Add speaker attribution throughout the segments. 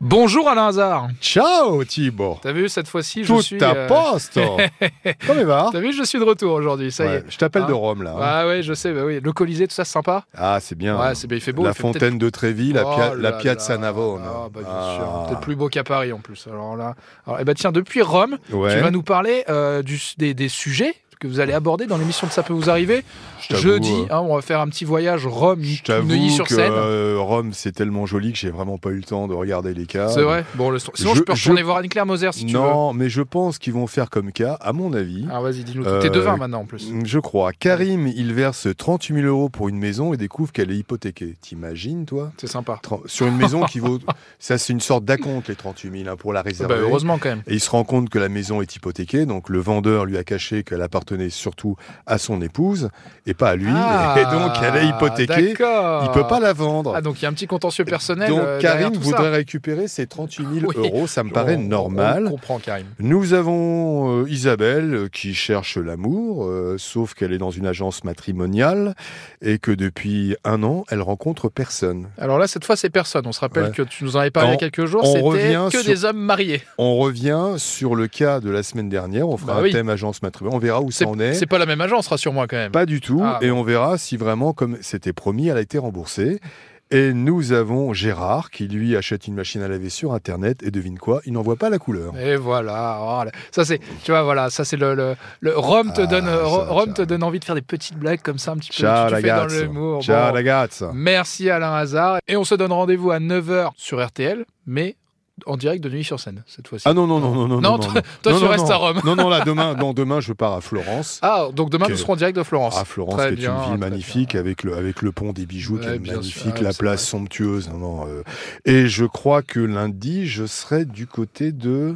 Speaker 1: Bonjour Alain Hazard.
Speaker 2: Ciao Thibaut
Speaker 1: T'as vu, cette fois-ci, je
Speaker 2: Tout
Speaker 1: suis...
Speaker 2: à
Speaker 1: euh,
Speaker 2: poste Comment il va
Speaker 1: T'as vu, je suis de retour aujourd'hui, ça y
Speaker 2: Ouais,
Speaker 1: est.
Speaker 2: Je t'appelle de
Speaker 1: Hein
Speaker 2: Rome là. hein.
Speaker 1: Ah ouais, je sais, bah oui. le Colisée, tout ça, c'est sympa.
Speaker 2: Ah c'est bien.
Speaker 1: Ouais, c'est bien, il fait beau.
Speaker 2: la
Speaker 1: il fait peut-être-
Speaker 2: fontaine de Trévis, la,
Speaker 1: Oh
Speaker 2: Pia-
Speaker 1: là
Speaker 2: la Piazza
Speaker 1: là.
Speaker 2: Navona.
Speaker 1: Ah bah bien
Speaker 2: Ah.
Speaker 1: sûr, peut-être plus beau qu'à Paris en plus. Alors là, alors, eh ben tiens, depuis Rome,
Speaker 2: Ouais.
Speaker 1: tu vas nous parler euh, du- des, des sujets que vous allez aborder dans l'émission de Ça peut vous arriver.
Speaker 2: Je t'avoue,
Speaker 1: Jeudi,
Speaker 2: euh,
Speaker 1: hein, on va faire un petit voyage Rome,
Speaker 2: je t'avoue
Speaker 1: Neuilly sur
Speaker 2: que
Speaker 1: Seine.
Speaker 2: euh, Rome c'est tellement joli que j'ai vraiment pas eu le temps de regarder les cas.
Speaker 1: C'est vrai. Bon, le... sinon je,
Speaker 2: je-
Speaker 1: peux retourner
Speaker 2: je-
Speaker 1: voir Anne-Claire Moser si tu veux.
Speaker 2: non, mais je pense qu'ils vont faire comme cas, à mon avis.
Speaker 1: Ah vas-y, dis-nous. tout.
Speaker 2: Euh,
Speaker 1: T'es devin maintenant en plus.
Speaker 2: Je crois. Karim, il verse 38 000 euros pour une maison et découvre qu'elle est hypothéquée. T'imagines, toi
Speaker 1: C'est sympa.
Speaker 2: Tren- Sur une maison qui vaut. Ça, c'est une sorte d'acompte, les 38 000, hein, pour la réserver.
Speaker 1: Bah, heureusement quand même.
Speaker 2: Et il se rend compte que la maison est hypothéquée, donc le vendeur lui a caché qu'elle appartenait surtout à son épouse et pas à lui.
Speaker 1: Ah,
Speaker 2: et donc elle est hypothéquée,
Speaker 1: d'accord.
Speaker 2: il peut pas la vendre.
Speaker 1: Ah donc il y a un petit contentieux personnel.
Speaker 2: donc
Speaker 1: euh, derrière
Speaker 2: Karim
Speaker 1: tout ça.
Speaker 2: voudrait récupérer ses 38 000
Speaker 1: Oui.
Speaker 2: euros, ça me paraît
Speaker 1: On- on-
Speaker 2: normal.
Speaker 1: On comprend Karim.
Speaker 2: Nous avons euh, Isabelle euh, qui cherche l'amour, euh, sauf qu'elle est dans une agence matrimoniale et que depuis un an, elle rencontre personne.
Speaker 1: Alors là, cette fois, c'est personne. On se rappelle
Speaker 2: Ouais.
Speaker 1: que tu nous en avais parlé
Speaker 2: On-
Speaker 1: il y a quelques jours.
Speaker 2: on
Speaker 1: C'était
Speaker 2: revient
Speaker 1: que
Speaker 2: sur-
Speaker 1: des hommes mariés.
Speaker 2: On revient sur le cas de la semaine dernière, on fera
Speaker 1: Bah
Speaker 2: un
Speaker 1: oui.
Speaker 2: thème agence matrimoniale, on verra où
Speaker 1: C'est
Speaker 2: ça en est.
Speaker 1: c'est pas la même agence, rassure-moi quand même.
Speaker 2: Pas du tout,
Speaker 1: Ah,
Speaker 2: et on verra si vraiment, comme c'était promis, elle a été remboursée. Et nous avons Gérard qui lui achète une machine à laver sur internet et devine quoi, il n'en voit pas la couleur.
Speaker 1: Et voilà, voilà. ça c'est, tu vois, voilà, ça c'est le, le, le- Rome te
Speaker 2: Ah,
Speaker 1: donne, euh, Ro-
Speaker 2: ça,
Speaker 1: Rome
Speaker 2: ça.
Speaker 1: te donne envie de faire des petites blagues comme ça un petit peu.
Speaker 2: Ciao
Speaker 1: tu
Speaker 2: la
Speaker 1: fais dans
Speaker 2: gars.
Speaker 1: l'humour.
Speaker 2: Ciao
Speaker 1: Bon.
Speaker 2: la gazza.
Speaker 1: Merci Alain Hazard. Et on se donne rendez-vous à 9h sur RTL, mais en direct de Nuit sur scène cette fois-ci.
Speaker 2: Ah non, non, non, non, non.
Speaker 1: Non, toi- toi, tu restes à Rome.
Speaker 2: Non, non, là, demain, non, demain, je pars à Florence.
Speaker 1: Ah, donc demain
Speaker 2: Ok.
Speaker 1: nous serons en direct de Florence.
Speaker 2: À Ah, Florence,
Speaker 1: Oh, Très
Speaker 2: qui est
Speaker 1: bien,
Speaker 2: une
Speaker 1: très
Speaker 2: ville magnifique, avec le, avec le pont des bijoux qui
Speaker 1: Ouais,
Speaker 2: est
Speaker 1: bien sûr.
Speaker 2: magnifique,
Speaker 1: Ah,
Speaker 2: la
Speaker 1: c'est
Speaker 2: place
Speaker 1: vrai.
Speaker 2: somptueuse. Non, non, euh, et je crois que lundi, je serai du côté de.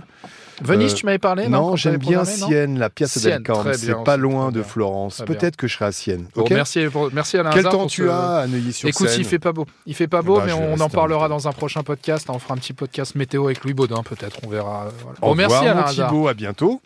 Speaker 1: Venise,
Speaker 2: Euh,
Speaker 1: tu m'avais parlé Eh Non,
Speaker 2: non,
Speaker 1: quand
Speaker 2: j'aime
Speaker 1: t'avais
Speaker 2: bien
Speaker 1: programmé, non
Speaker 2: Sienne, la Piazza
Speaker 1: Sienne,
Speaker 2: del
Speaker 1: très
Speaker 2: Carmen.
Speaker 1: bien,
Speaker 2: C'est pas
Speaker 1: c'est
Speaker 2: loin
Speaker 1: très
Speaker 2: de
Speaker 1: bien.
Speaker 2: Florence.
Speaker 1: Très bien.
Speaker 2: Peut-être que je serai à Sienne.
Speaker 1: Bon,
Speaker 2: ok
Speaker 1: merci, pour- merci Alain
Speaker 2: Quel
Speaker 1: Hazard
Speaker 2: temps
Speaker 1: pour
Speaker 2: tu
Speaker 1: ce-
Speaker 2: as à Neuilly-sur-Seine
Speaker 1: Écoute, il fait pas beau. Il fait pas beau,
Speaker 2: Bah,
Speaker 1: mais
Speaker 2: je vais
Speaker 1: on
Speaker 2: rester
Speaker 1: en
Speaker 2: en
Speaker 1: parlera
Speaker 2: retard.
Speaker 1: dans un prochain podcast. On fera un petit podcast météo avec Louis Baudin, peut-être. On verra. euh, voilà.
Speaker 2: Au
Speaker 1: Bon, merci
Speaker 2: revoir,
Speaker 1: Alain
Speaker 2: mon
Speaker 1: Hazard.
Speaker 2: Thibaut, à bientôt.